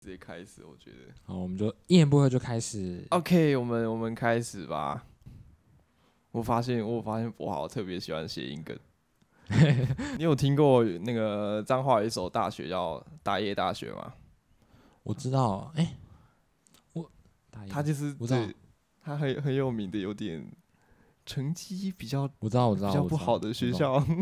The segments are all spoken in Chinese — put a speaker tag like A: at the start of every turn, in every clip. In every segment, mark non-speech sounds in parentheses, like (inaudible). A: 直接开始，我觉得。
B: 好，我们就一言不合就开始。
A: OK，我们我们开始吧。我发现，我发现博豪特别喜欢谐音
B: (laughs)
A: 梗。你有听过那个彰化有一所大学叫大业大学吗？
B: 我知道，哎、我大一
A: 它就是
B: 哎我知道
A: 对它很很有名的，有点成绩比较
B: 我知道，我知道，
A: 比较
B: 我
A: 不
B: 知道
A: 好的学，校。 (laughs)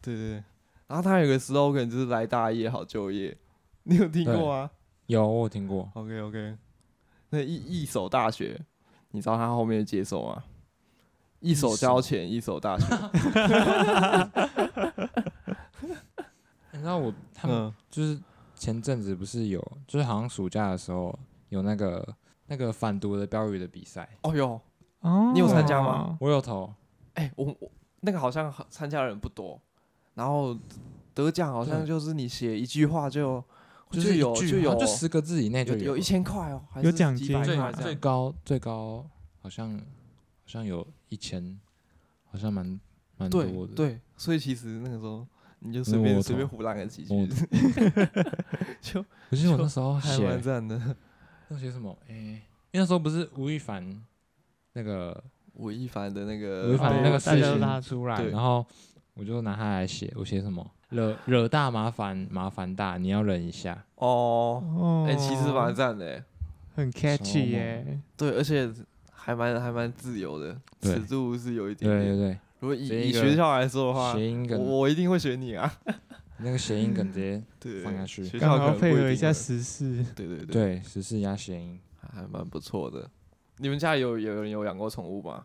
A: 对对对，然后它有个 slogan 就是“来大业好就业”，你有听
B: 对
A: 过吗？
B: 有我有听过，
A: OK OK，那一一手大学，你知道他后面的接手吗？一手交钱，一手大学。 (laughs)
B: 你知道我他们
A: 嗯，
B: 就是前阵子不是有，就是好像暑假的时候有那个那个反毒的标语的比赛，
A: 哦哟，
C: 哦
A: 你有参加吗？
B: 我有投，
A: 哎、我我那个好像很参加的人不多，然后得奖好像
B: 对
A: 就是你写一句话就
B: 是一
A: 有哦
B: 句
A: 就
B: 好
A: 有
B: 像就十个字以内就
A: 有有
B: 了
A: 一千块哦，还
C: 有
A: 是
C: 奖
A: 几
C: 金
A: 百
B: 最
C: 嘛
A: 块这
B: 最
A: 样。
B: 高最高好像好像有一千，好像蛮蛮多
A: 对
B: 的。
A: 对，所以其实那个时候你就
B: 那
A: 随
B: 我
A: 便
B: 懂
A: 随便胡乱个几
B: 我
A: 句，就
B: 可是我
A: 就
B: 那时
A: (laughs)
B: 候
A: 还蛮
B: 写
A: 赞的。
B: 那写什么？哎、因为那时候不是吴亦凡那个
A: 吴亦凡的那
B: 吴
A: 个
B: 亦凡
A: 被
B: 那个
C: 哦
B: 事
C: 大家都
B: 情
C: 拉
B: 出来，
A: 对
B: 然后我就拿它来写，我写什么？惹惹大麻烦，麻烦大，你要忍一下。
A: 哦，
C: 哦
A: 哎、其实蛮赞的、欸。
C: 很 catchy 耶、
A: 对，而且还蛮还蛮自由的，
B: 对
A: 尺度是有一
B: 对
A: 点点。
B: 对对，
A: 如果以
B: 这一
A: 以
B: 个
A: 学校来说的话，
B: 谐音
A: 我嗯
B: 梗，
A: 我一定会选你啊。
B: 那个谐音梗直接
A: 对，
B: 放下去
A: 学
C: 刚
A: 校可
C: 好
A: 能
C: 配
A: 不
C: 合
A: 定
C: 一下
A: 会
C: 时事。 (laughs)
A: 对对对，
B: 对十四加谐音，
A: 还蛮不错的。你们家有有人有养过宠物吗？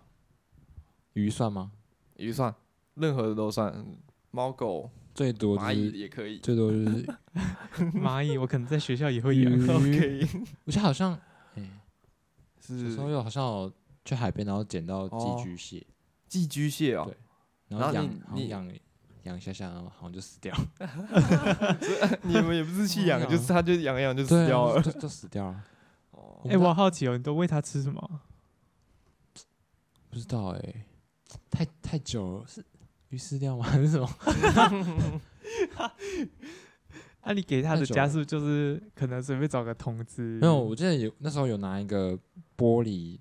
B: 鱼算吗？
A: 鱼算，任何的都算，猫狗、
B: 最多就
A: 蚂蚁
B: 是
A: 也可以。
B: 最多就是
C: 蚂蚁，我可能在学校也会养。
B: 鱼
A: OK，
B: 我记得好像哎、小
A: 是
B: 时候有好像有去海边，然后捡到
A: 哦
B: 寄居蟹，
A: 寄居蟹哦
B: 对。然
A: 然后
B: 后养
A: 你
B: 好像
A: 你
B: 养养一下下，然后好像就死掉，
A: (laughs) 你们也不是去
B: (laughs)
A: 养，
B: 养
A: 就是它就养一养就
B: 对
A: 死
B: 啊
A: 掉了。
B: 就就就死掉了。
A: 哦
C: (laughs) 哎、我好奇哦，你都喂它吃什么？
B: 不知道哎、太太久了，是鱼饲料吗？ (laughs) 还是什么？
C: 啊，你给它的
B: 太久
C: 家
B: 了
C: 是不是就是可能随便找个桶子？没
B: 没有，我记得有那时候有拿一个玻璃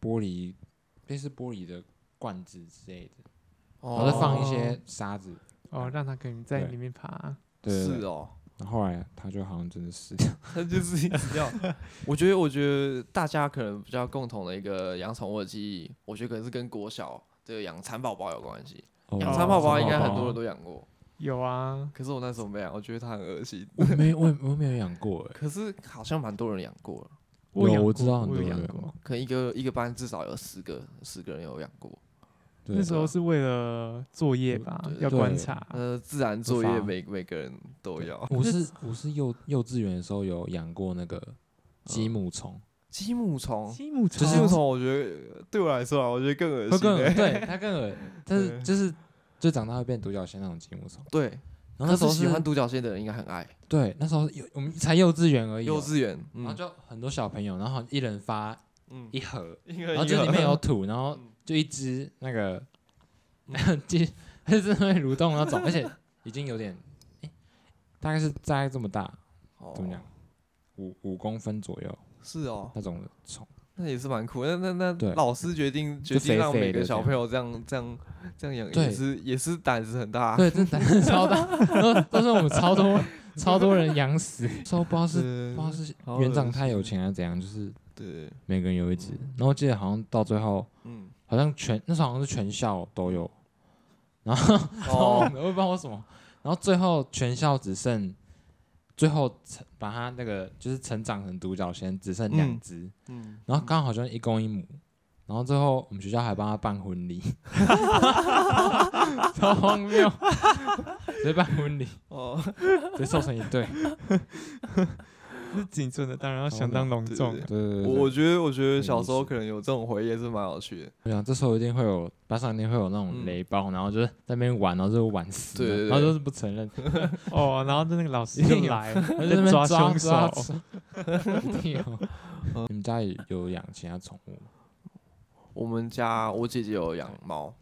B: 玻璃类似玻璃的罐子之类的，
A: 哦
B: 然后再放一些沙子。
C: 哦，让它可以在
B: 对
C: 里
A: (laughs)
C: 面爬。
B: 对对
A: 是
B: 对
A: 哦。
B: 然后后来他就好像真的死掉。
A: 他就是一直要。我觉得，我觉得大家可能比较共同的一个养宠物的记忆，我觉得可能是跟国小这个养蚕宝宝有关系。
B: 哦
A: 养蚕宝宝应该很多
B: 哦
A: 人都养过，
C: 有啊，
A: 可是我那时候没养，我觉得它很恶心。
B: 我没有我也我没有养过哎、
A: 可是好像蛮多人养过了，
C: 我
B: 有
C: 养
B: 我知
C: 过
B: 道很
C: 我有
B: 多
C: 养
B: 人
C: 过。
A: 可能一个一个班至少有十个十个人有养过。
B: 对
C: 那时候是为了作业吧，
A: 对
C: 要
B: 对
C: 观察。
A: 呃，自然作业
B: 发
A: 每每个人都要。 (laughs)
B: 我是我是幼幼稚园的时候有养过那个积木虫，
A: 积木虫，
C: 积木
B: 嗯就
A: 积
B: 是
A: 木
C: 虫，
A: 虫，我觉得对我来说啊，我觉得更恶
B: 它
A: 心、
B: 更
A: 欸。
B: (laughs) 对它更恶，但是
A: 对
B: 就是就长大会变独角仙那种积木虫。
A: 对，
B: 然后那时
A: 可
B: 候
A: 是喜欢
B: 是
A: 独角仙的人应该很爱。
B: 对那时候有我们才幼稚园而已哦、
A: 幼稚园，
B: 然后
A: 嗯
B: 就很多小朋友，然后一人发
A: 嗯，
B: 一盒，
A: 一个
B: 然后
A: 一嗯
B: 就
A: 个
B: 里面
A: (laughs)
B: 有土，然后就一只那个， (laughs) 鸡，它是真的会蠕动那种，而且已经有点，诶大概是大概这么大，怎么讲
A: 哦？，
B: 五五公分左右
A: 是哦，
B: 那种的虫，
A: 那也是蛮酷。那那那
B: 对
A: 老师决定决
B: 就
A: 定
B: 肥
A: 让
B: 肥
A: 每个
B: 的
A: 小
B: 这样
A: 朋友这样这样这样养，也
B: 对
A: 是也是胆子很大。
B: 对，真的胆子
A: (laughs)
B: 超大，都都是我们超多超多人
A: (laughs)
B: 养死，说不知道是
A: 对，
B: 不知道是
A: 好
B: 园
A: 恶
B: 长太有
A: 心
B: 钱还是怎样，就是
A: 嗯对，
B: 每个人有一只，然后我记得好像到最后
A: 嗯，
B: 好像全那时候好像是全校都有，超
A: 哦
B: 猛，的，我也不知道为什么。然后最后全校只剩最后成把它那个就是成长成独角仙，只剩两只，
A: 嗯，
B: 然后刚好就是一公一母。然后最后我们学校还帮他办婚礼，超荒谬， (laughs) 直接办婚礼，
A: 哦，
B: 直接凑成一对。
C: 是仅存的，当然
B: 好
C: 要想
B: 的
C: 当隆
A: 对
C: 重
A: 对。
B: 对对对
A: 我
B: 对，
A: 我觉得我觉得
B: 很
A: 小
B: 意
A: 时候
B: 思
A: 可能有这种回忆也是蛮有趣的。
B: 我想这时候一定会有班上一定会有那种
A: 嗯
B: 雷包，然后就是在那边玩，然后就玩死，
A: 对对对
B: 然后就是不承认，
C: 哦，然后那个老师
B: 一
C: 就
B: 定有 (laughs)
C: 来，
B: 然后
C: 在
B: 就在那边
C: (laughs) 抓
B: 抓
C: 凶
B: 抓
C: 手。
B: 抓 (laughs) 一定哦有。 (laughs) 你们家里有养其他宠物吗？
A: 我们家我姐姐有养猫，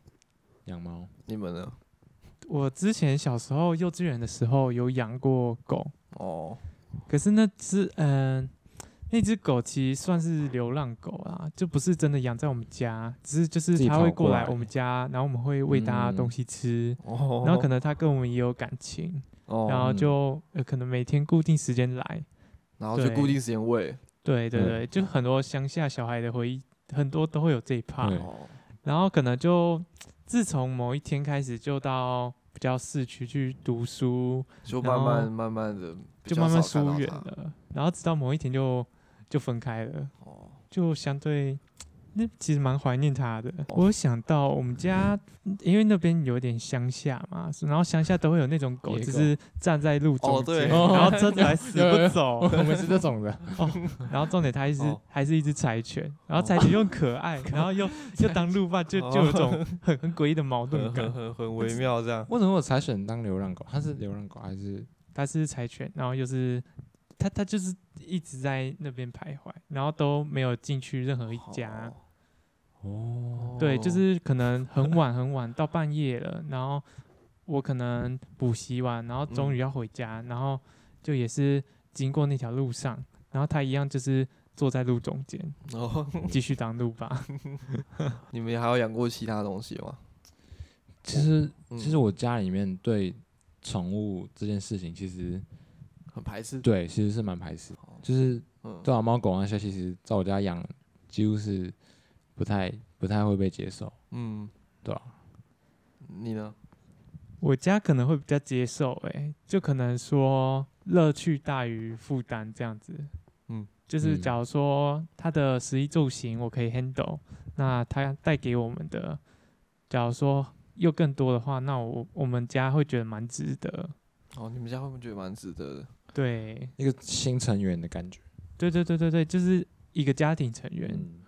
B: 养猫？
A: 你们呢？
C: 我之前小时候幼稚园的时候有养过狗，
A: 哦，
C: 可是那只嗯、那只狗其实算是流浪狗啦，就不是真的养在我们家，只是就
B: 自
C: 是
B: 己
C: 它
B: 跑
C: 会
B: 过
C: 过来
B: 来
C: 我们家，然后我们会喂它
B: 嗯
C: 东西吃，
A: 哦
C: 然后可能它跟我们也有感情，
A: 哦，
C: 然后
B: 嗯
C: 就、呃、可能每天固定时间来，
A: 然后就
C: 对
A: 固定时间喂。
C: 对对
B: 嗯
C: 对，就很多乡下小孩的回忆，很多都会有这一趴
B: 对，
A: 哦，
C: 然后可能就自从某一天开始就到。比较市区去读书，
A: 就
C: 然
A: 慢
C: 后
A: 慢慢慢的，
C: 就慢慢疏远了，然后直到某一天就就分开了。
A: 哦，
C: 就相对，那其实蛮怀念他的。
A: 哦
C: 我有想到我们家，因为那边有点乡下嘛，然后乡下都会有那种
B: 野
C: 狗，
B: 狗
C: 就是站在路中间，
A: 哦对 (laughs)
C: 然后车子还死不走。
B: (laughs) 我们是这种的，
C: 然后重点它一只、
A: 哦
C: 还是一只柴犬，然后
A: 哦
C: 柴犬又
A: (laughs)
C: 可爱，然后又又当路霸，就就有一种很很诡异的矛盾
A: 很
C: 感
A: 很。很很微妙这样。
B: 为什么我才选当流浪狗？它是流浪狗还是
C: 它是柴犬，然后又是。它它就是一直在那边徘徊，然后都没有进去任何一家。
A: 哦
B: 哦？
C: 对，就是可能很晚很晚到半夜了，然后我可能补习完，然后终于要回家，然后就也是经过那条路上，然后他一样就是坐在路中间，
A: 哦，
C: 继续当路霸。
A: 你们还有养过其他东西吗？
B: 其实
A: 嗯
B: 其实我家里面对宠物这件事情，其实
A: 很排斥。
B: 对其实是蛮排斥，
A: 哦，
B: 就是
A: 嗯，
B: 对啊，猫狗那些其实在我家养几乎是不太不太会被接受，
A: 嗯，
B: 对啊，
A: 你呢？
C: 我家可能会比较接受、欸，就可能说乐趣大于负担这样子。
A: 嗯，
C: 就是
B: 嗯
C: 假如说它的食衣住行我可以 handle，那它带给我们的，假如说又更多的话，那我我们家会觉得蛮值得。
A: 哦，你们家会不会觉得蛮值得的？
C: 对，
B: 一个新成员的感觉。
C: 对对对对对，就是一个家庭成员。
B: 嗯，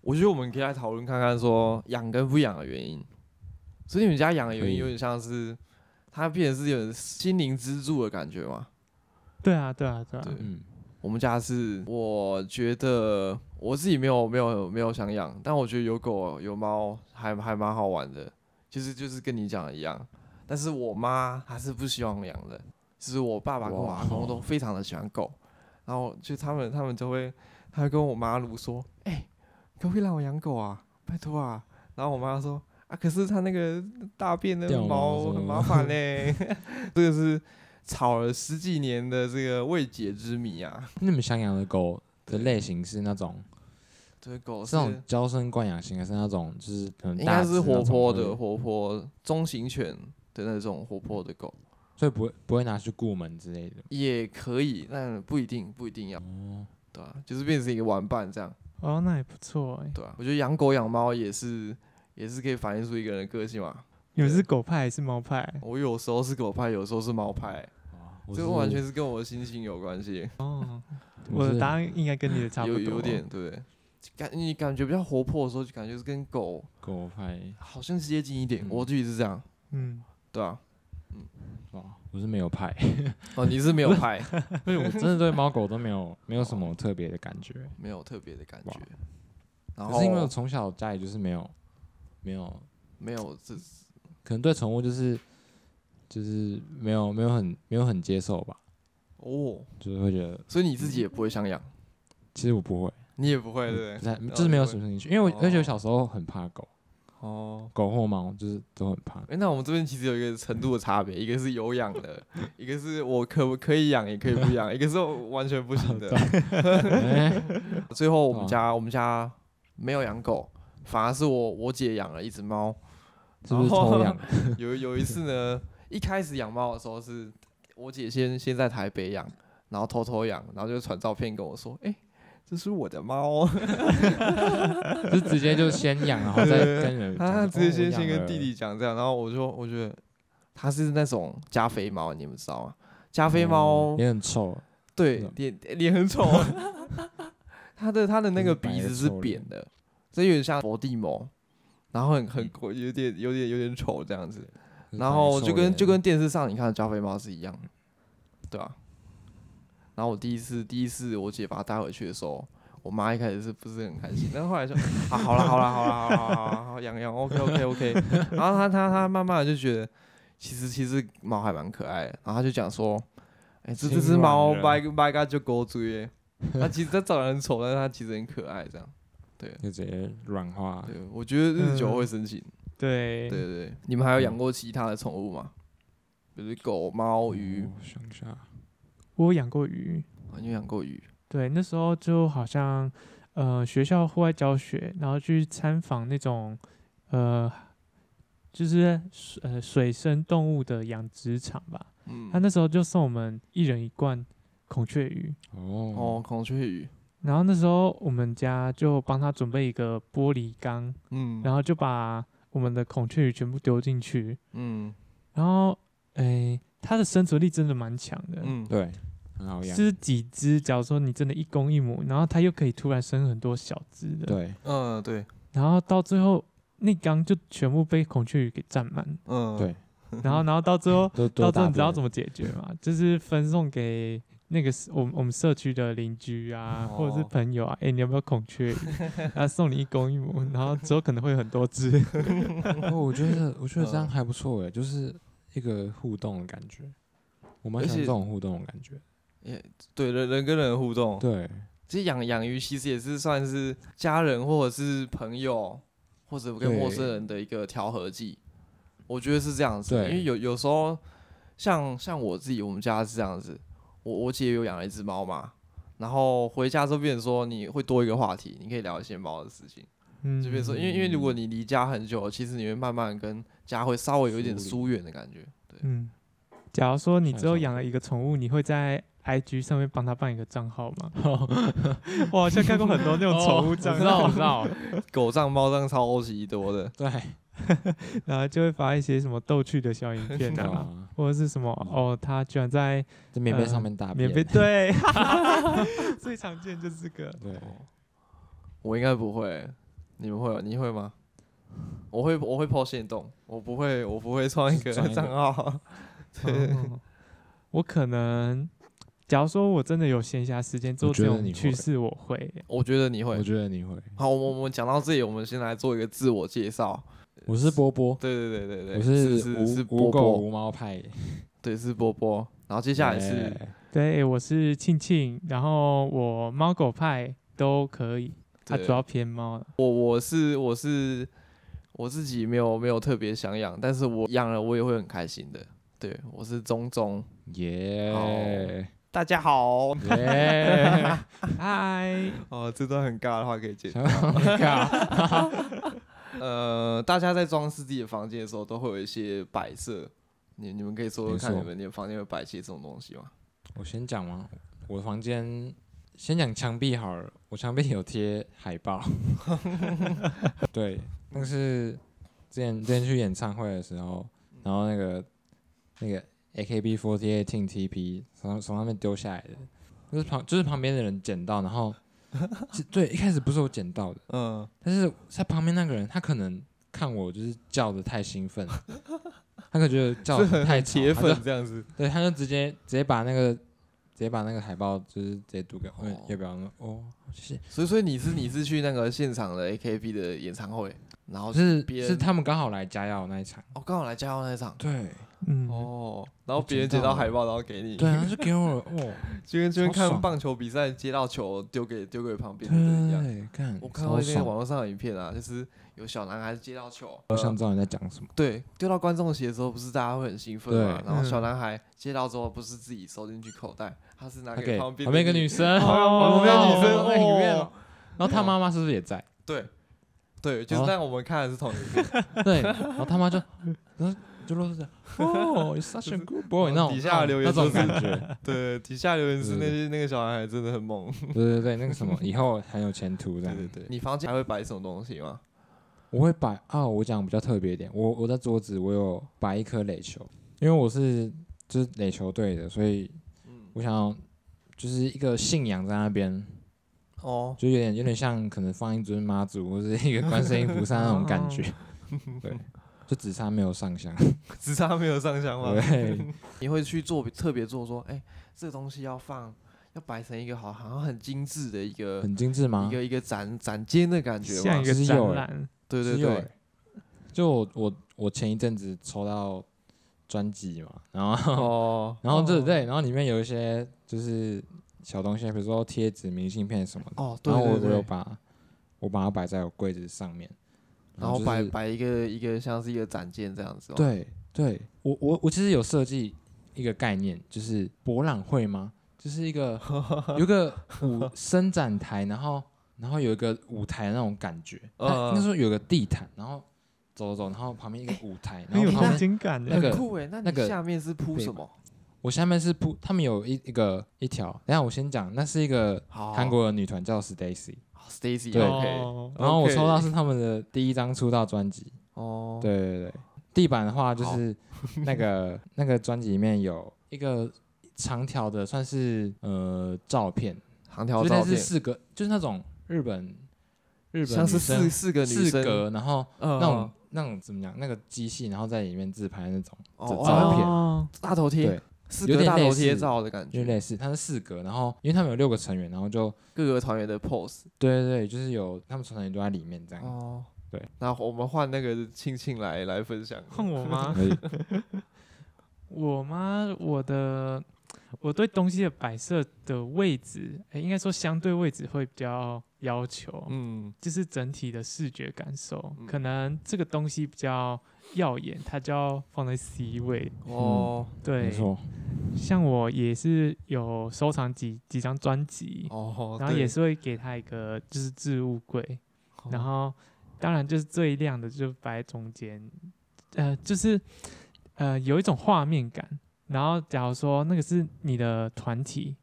A: 我觉得我们可以来讨论看看，说养跟不养的原因。所以你们家养的原
B: 可
A: 因
B: 以
A: 有点像是，它变成是有点心灵支柱的感觉嘛。
C: 对啊，对啊，对啊
A: 对，
B: 嗯，
A: 我们家是，我觉得我自己没有没有没有想养，但我觉得有狗有猫还还蛮好玩的，就是就是跟你讲的一样。但是我妈她是不希望养的，就是我爸爸跟我
B: 哇
A: 阿公都非常的喜欢狗，然后就他们他们就会，他会跟我妈如说，哎、可不可以让我养狗啊？拜托啊！然后我妈说。啊！可是它那个大便的
B: 掉
A: 毛
B: 毛什么
A: 很
B: 的
A: 麻烦呢、 (laughs) 这个是吵了十几年的这个未解之谜啊。
B: 那你们想养的狗的类型是那种
A: 对，狗
B: 是
A: 是
B: 那种娇生惯养型，还是那种就是可能
A: 应
B: 大
A: 该
B: 只
A: 是
B: 那
A: 活
B: 种
A: 泼
B: 会
A: 的，活泼中型犬的那种活泼的狗
B: 所以不会不会拿去顾门之类的。
A: 也可以，但不一定不一定要，
B: 哦，
A: 对啊？就是变成一个玩伴这样，
C: 哦，那也不错哎、
A: 对啊？我觉得养狗养猫也是也是可以反映出一个人的个性嘛。
C: 你们是狗派还是猫派？
A: 我有时候是狗派，有时候是猫派，
B: 我
A: 这
B: 是
A: 个完全是跟我的心情有关系，
C: 哦，
B: 我
C: 我
B: 是
C: 的答案应该跟你的差不
A: 有
C: 多。
A: 有
B: 哦
A: 点对。感你感觉比较活泼的时候，就感觉是跟狗
B: 狗派
A: 好像接近一点，
B: 嗯
A: 我自己是这样，
C: 嗯，
A: 对啊。
B: 哇，我是没有
C: (laughs)
B: 派，
A: 哦，你是没有派，
B: 所以我真的对猫狗都没有没有什么特别的感觉。
A: 没有特别的感
B: 哇
A: 觉。然
B: 可
A: 后
B: 是因为我从小家里就是没有没有，
A: 没有这
B: 可能对宠物就是就是没有没有很没有很接受吧，
A: 哦，
B: 就是会觉得
A: 所以你自己也不会想养，
B: 其实我不会，
A: 你也不会对不
B: 不
A: 对？
B: 太
A: 哦
B: 就是没有什么兴趣，因为我而且我小时候很怕狗，
A: 哦，
B: 狗或猫就是都很
A: (laughs)
B: 怕。
A: 哎，那我们这边其实有一个程度的差别，一个是有养 (laughs) 的，一个是我可不可以养也可以不养， (laughs) 一个是我完全不行的。
B: 哎
A: 最后我们家我们家没有养狗，反而是我我姐养了一只 (laughs) 猫。
B: 是不
A: 哦
B: 是偷养？
A: 有有一次呢，一开始养猫的时候是我姐先先在台北养，然后偷偷养，然后就传照片跟我说，哎、这是我的猫， (laughs)
B: 就直接就先养，然后再跟人讲
A: 他
B: 说。
A: 啊直接先
B: 哦
A: 先跟弟，弟讲这样，然后我就我觉得它是那种加菲猫，你们知道吗？加
B: 加
A: 菲猫、
B: 哦也很臭，
A: 对
B: 嗯
A: 脸脸很丑， (laughs) 它的它的那
B: 就
A: 个
B: 是白
A: 鼻
B: 的
A: 子是
B: 丑
A: 扁
B: 脸
A: 的，所以有点像伏地魔，然后很很有点有点有点丑这样子。然后就跟就跟电视上你看的加菲猫是一样的，对啊。然后我第一次第一次我姐把它带回去的时候，我妈一开始是不是很开心，但是后来就啊好了好了好了好了好了好了好了养养 OK OK OK，然后她她她慢慢的就觉得其实其实猫还蛮可爱的，然后她就讲说，哎，这
B: 心
A: 这只猫
B: 软了
A: 掰掰嘎就勾追耶，它其实它长得很丑，但是它其实很可爱，这样。
B: 就直接软化。
A: 对，我觉得日久会生情。
C: 对
A: 对对对，你们还有养过其他的宠物吗？比如狗、
B: 哦
A: 猫、鱼，
B: 我想一下，
C: 我有养过鱼，
A: 啊你有养过鱼？
C: 对，那时候就好像呃学校户外教学，然后去参访那种呃就是水呃水生动物的养殖场吧。
A: 嗯
C: 他，那时候就送我们一人一罐孔雀鱼，
B: 哦
A: 哦，孔雀鱼，
C: 然后那时候我们家就帮他准备一个玻璃缸，
A: 嗯，
C: 然后就把我们的孔雀鱼全部丢进去，
A: 嗯
C: 然后诶它的生存力真的蛮强的，
A: 嗯，
B: 对，很好养
C: 就。是几只，假如说你真的一公一母，然后它又可以突然生很多小只的，
B: 对，
A: 嗯对，
C: 然后到最后那缸就全部被孔雀鱼给占满，
A: 嗯
B: 对
C: 然后然后到最后
B: 都
C: 到
B: 都
C: 最后你知道怎
B: 么？
C: 么解决吗？就是分送给那个我们我们社区的邻居啊，或者是
A: 哦
C: 朋友啊，哎、你要不要孔雀鱼？
A: (laughs)
C: 啊，送你一公一母，然后之后可能会有很多只。
B: 哦，我觉得我觉得这
A: 嗯
B: 样还不错诶，就是一个互动的感觉。我蛮喜欢
A: 而且
B: 这种互动的感觉。
A: (laughs) 对，人人跟人的互动， (laughs)
B: 对，
A: 其实养养鱼其实也是算是家人或者是朋友或者跟
B: 对
A: 陌生人的一个调和剂，我觉得是这样子。
B: 对
A: 因为有有时候像像我自己，我们家是这样子，我我姐有养了一只猫嘛，然后回家之后变成说你会多一个话题，你可以聊一些猫的事情。
C: 嗯，
A: 就变成说，因为因为如果你离家很久，其实你会慢慢跟家会稍微有一点
B: 疏离
A: 疏远的感觉。
C: 嗯，假如说你
B: 太
C: 之后
B: 爽
C: 养
B: 了
C: 了一个宠物，你会在 IG 上面帮它办一个账号
A: (laughs)
C: 吗？我好像看过很多那种宠物账
B: 知道
C: 号
B: 哦我，知道，
A: 狗仗猫仗超级多的， (laughs)
B: 对，
C: 然后就会发一些什么逗趣的小影片
A: (laughs)
B: 对
C: 啊，
B: 啊
C: 或者是什么哦，它居然在
B: 在嗯棉被
C: 呃
B: 上面大
C: 免
B: 便
C: 费，对，
B: (laughs)
C: (laughs) 最常见就是这个。
B: 对，
A: 哦我应该不会，你们会？你会吗？我会，我会抛线动，我不会，我不会创一个
B: (laughs) 创一个
A: 账号。
B: 嗯
C: 哦我可能，假如说我真的有闲暇时间做
B: 我觉
C: 这
B: 得
C: 种
B: 你
C: 趣
B: 会
C: 事，我会。
A: 我觉得你
B: 我
A: 会。呃
B: 觉得你会。
A: 好，我们我们讲到这里，我们先来做一个自我介绍。
B: 我是波波，
A: 对对对对对，
B: 我
A: 是是
B: 无
A: 是
B: 无
A: 波
B: 狗
A: 波，
B: 无猫派。
A: 对是波波。然后接下来是
B: 哎
C: 对，我是庆庆，然后我猫狗派都可以，它
A: 对
C: 主要偏
B: (laughs)
C: 猫啦。
A: 我我是我是我自己没有没有特别想养，但是我养了我也会很开心的。对，我是中中，
B: 耶
A: 大家好。 (laughs)
B: 耶！
C: 嗨，
A: 哦，这段很尬的话可以剪
B: 想要
A: (laughs) 呃，大家在装饰自己的房间的时候，都会有一些摆设。你你们可以说说
B: 没
A: 看，
B: 错
A: 你们你们房间会摆一些这种东西吗？
B: (laughs) 我先讲吗？我房间先讲墙壁好了，我墙壁有贴海报， (laughs) 对，那个是之前之前去演唱会的时候，然后那个那个 AKB48 Team TP 从从上面丢下来的，就是旁就是旁边的人捡到，然后 (laughs) 是对一开始不是我捡到的，
A: 嗯，
B: 但是在旁边那个人他可能看我就是叫的太兴
A: (laughs)
B: 奋，他可能觉得叫的太吵
A: 铁
B: 他
A: 粉
B: 就
A: 这样子。
B: 对，他就直接直接把那个直接把那个海报就是直接读给我，
A: 哦
B: 要不要呢？哦，谢谢。
A: 所以所以你是你是去那个现场的 AKB 的演唱会，然后
B: 是
A: 哦别人
B: 是他们刚好来嘉耀那一场，
A: 哦刚好来加入那一场
B: 对
C: 嗯，
A: 哦，然后
B: 我
A: 别人
B: 捡
A: 接到
B: 到了
A: 海报，然后给你，
B: 对，
A: (laughs)
B: 然后就给我哦，
A: 就跟就跟
B: 超
A: 看
B: 爽
A: 棒球比赛接到球丢给丢给旁边的人一样。
B: 对，看
A: 我看到
B: 超
A: 那个
B: 爽。
A: 网络上的影片啊，就是有小男孩接到球，
B: 我想知道你在讲什么，
A: 对，丢到观众席的时候，不是大家会很兴奋嘛？
B: 对
A: 然后小
C: 嗯
A: 男孩接到之后，不是自己收进去口袋，他是拿
B: 他
A: 给
B: 给
A: 旁边
B: 旁边一个女
A: 女生，
B: 生，
C: 哦
B: 旁边一个女生
A: 哦
B: 在里面哦，然后他妈妈是不是也在？
A: 对，对，就是
B: 哦
A: 但我们看的是同一个，
B: (laughs) 对，然后他妈就，然后就露出这样，哦，you're such a good boy，那种
A: 底下留言
B: 那种
A: 都是
B: 感觉，
A: (laughs) 对，底下留言是那
B: 对
A: 些那个小男孩真的很猛，
B: 对对对，那个什么，以后很有前途这
A: 对
B: 样。
A: 对对。你房间还会摆什么东西吗？
B: 我会摆啊，我讲比较特别一点，我我在桌子我有摆一颗垒球，因为我是就是垒球队的，所以
A: 嗯，
B: 我想要就是一个信仰在那边，
A: 哦，
B: 就有点有点像可能放一尊妈祖或是一个观世音菩萨那种感觉，
A: 嗯
B: 对，就只差没有上
A: (laughs)
B: 香，
A: 只差没有上香吗？
B: 对，
A: (laughs) 你会去做特别做说，哎，这个东西要放，要摆成一个好好像很精致的一个
B: 很精致吗
A: 一？个一个展展间的感觉
C: 像
A: 嘛
C: 一？个
B: 是
C: 展
B: 有欸
C: 览，
B: (laughs)
A: 对对
B: 只有
A: 对
B: 欸，就我我我前一阵子抽到专辑嘛，然后
A: (laughs) 哦
B: 然后对
C: 哦
B: 对，然后里面有一些就是小东西，比如说贴纸、明信片什么的。
A: 哦，对
B: 然后我
A: 对
B: 我有
A: 对，
B: 把我把它摆在我柜子上面，
A: 然后摆
B: 就是
A: 摆一个一个像是一个展件这样子、哦，，
B: 对对，我我我其实有设计一个概念，就是博览会吗？就是
A: (laughs)
B: 一个有一个舞伸展台，然后然后有一个舞台的那种感觉，
A: 嗯
B: 它那时候有个地毯，然后走走走，然后旁边一个舞台，
C: 很
B: 然
C: 哎有
B: 后旁
C: 空
B: 边
C: 间感的。
B: 那个
A: 很酷哎，那
B: 那
A: 你
B: 个
A: 下面是铺
B: 对
A: 什么？
B: 我下面是铺，他们有一一个一条，等一下我先讲，那是一个
A: 好，
B: 韩国的女团叫 Stacy，
A: 哦 Stacy
B: 对
A: OK，
C: 哦
B: 然后我
A: OK
B: 抽到是他们的第一张出道专辑，
A: 哦，
B: 对对对，地板的话就
A: 好
B: 是那
A: (laughs)
B: 个那个专辑里面有一个长条的，算是呃照片，
A: 长条
B: 就
A: 照
B: 类似
A: 片，
B: 四个，就是那种日本日本
A: 像是
B: 女
A: 四
B: 生
A: 四个女
B: 四
A: 生，
B: 格，然后
A: 嗯
B: 那种那种怎么讲，那个机器，然后在里面自拍那种，
A: 哦
B: 这
A: 哦
B: 照片
C: 哦
A: 大头贴
B: 对，
A: 四
B: 有
A: 格
B: 点
A: 大头
B: 类似
A: 贴照的感觉，
B: 就类似它是四格，然后因为他们有六个成员，然后就
A: 各个团员的 pose
B: 对对对，就是有他们成员都在里面这
C: (laughs)
B: 样，
A: 哦，
B: 对，
A: 那我们换那个庆庆来来分享，
C: 换我 (laughs) 吗？
B: 可以
C: 我吗？我的我对东西的摆设的位置，哎、应该说相对位置会比较要求，
A: 嗯，
C: 就是整体的视觉感受，
A: 嗯
C: 可能这个东西比较耀眼，它就要放在 C 位。
B: 嗯
A: 哦
B: 没
C: 对，
B: 错，
C: 像我也是有收藏几几张专辑，
A: 哦，
C: 然后也
A: 对，
C: 是会给它一个就是置物柜，
A: 哦
C: 然后当然就是最亮的就摆在中间，呃，就是呃有一种画面感。然后假如说那个是你的团体，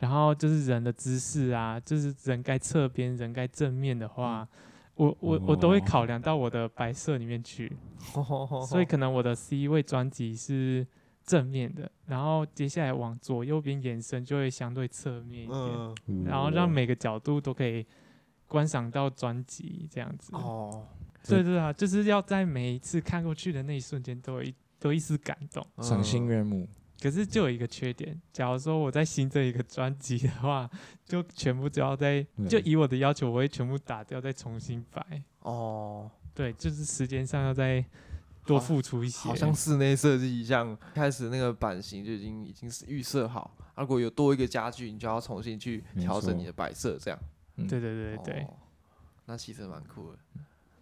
C: 然后就是人的姿势啊，就是人该侧边，人该正面的话，我我我都会
B: 哦
C: 考量到我的白色里面去，所
A: 所
C: 以可能我的 C 位专辑是。正面的，然后接下来往左右边延伸，就会相对侧面一点。
A: 嗯
C: 然后让
B: 哦
C: 每个角度都可以观赏到专辑这样子。
A: 哦，
C: 对对啊，就是要在每一次看过去的那一瞬间都有一都有一丝感动。
B: 赏心
A: 嗯
B: 悦目，
C: 可是就有一个缺点，假如说我在新增一个专辑的话，就全部都要在就
B: 对
C: 以我的要求，我会全部打掉再重新摆。
A: 哦，
C: 对，就是时间上要再多
A: 好
C: 付出一些。
A: 好像室内设计一样，开始那个版型就已经已经是预设好，啊如果有多一个家具，你就要重新去
B: 没
A: 调整
B: 错
A: 你的摆设，这样。
C: 对对对对，
A: 哦，那其实蛮酷的。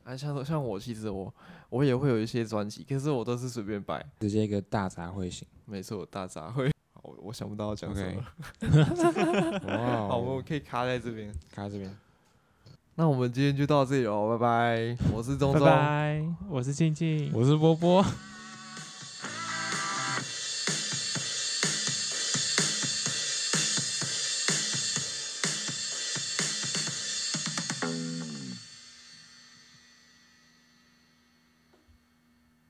A: 啊，像像我其实我我也会有一些专辑，可是我都是随便摆，
B: 直接一个大杂烩型。
A: 每次我大杂烩。 (laughs) 好我我想不到要讲什么
B: OK
A: 了
B: 哇
A: 好，我们可以卡哦在这边。
B: 卡这边，
A: 那我们今天就到这里哦，拜拜。我是钟
C: 拜
A: 钟。
C: 拜，我是静静，
B: 我是波波，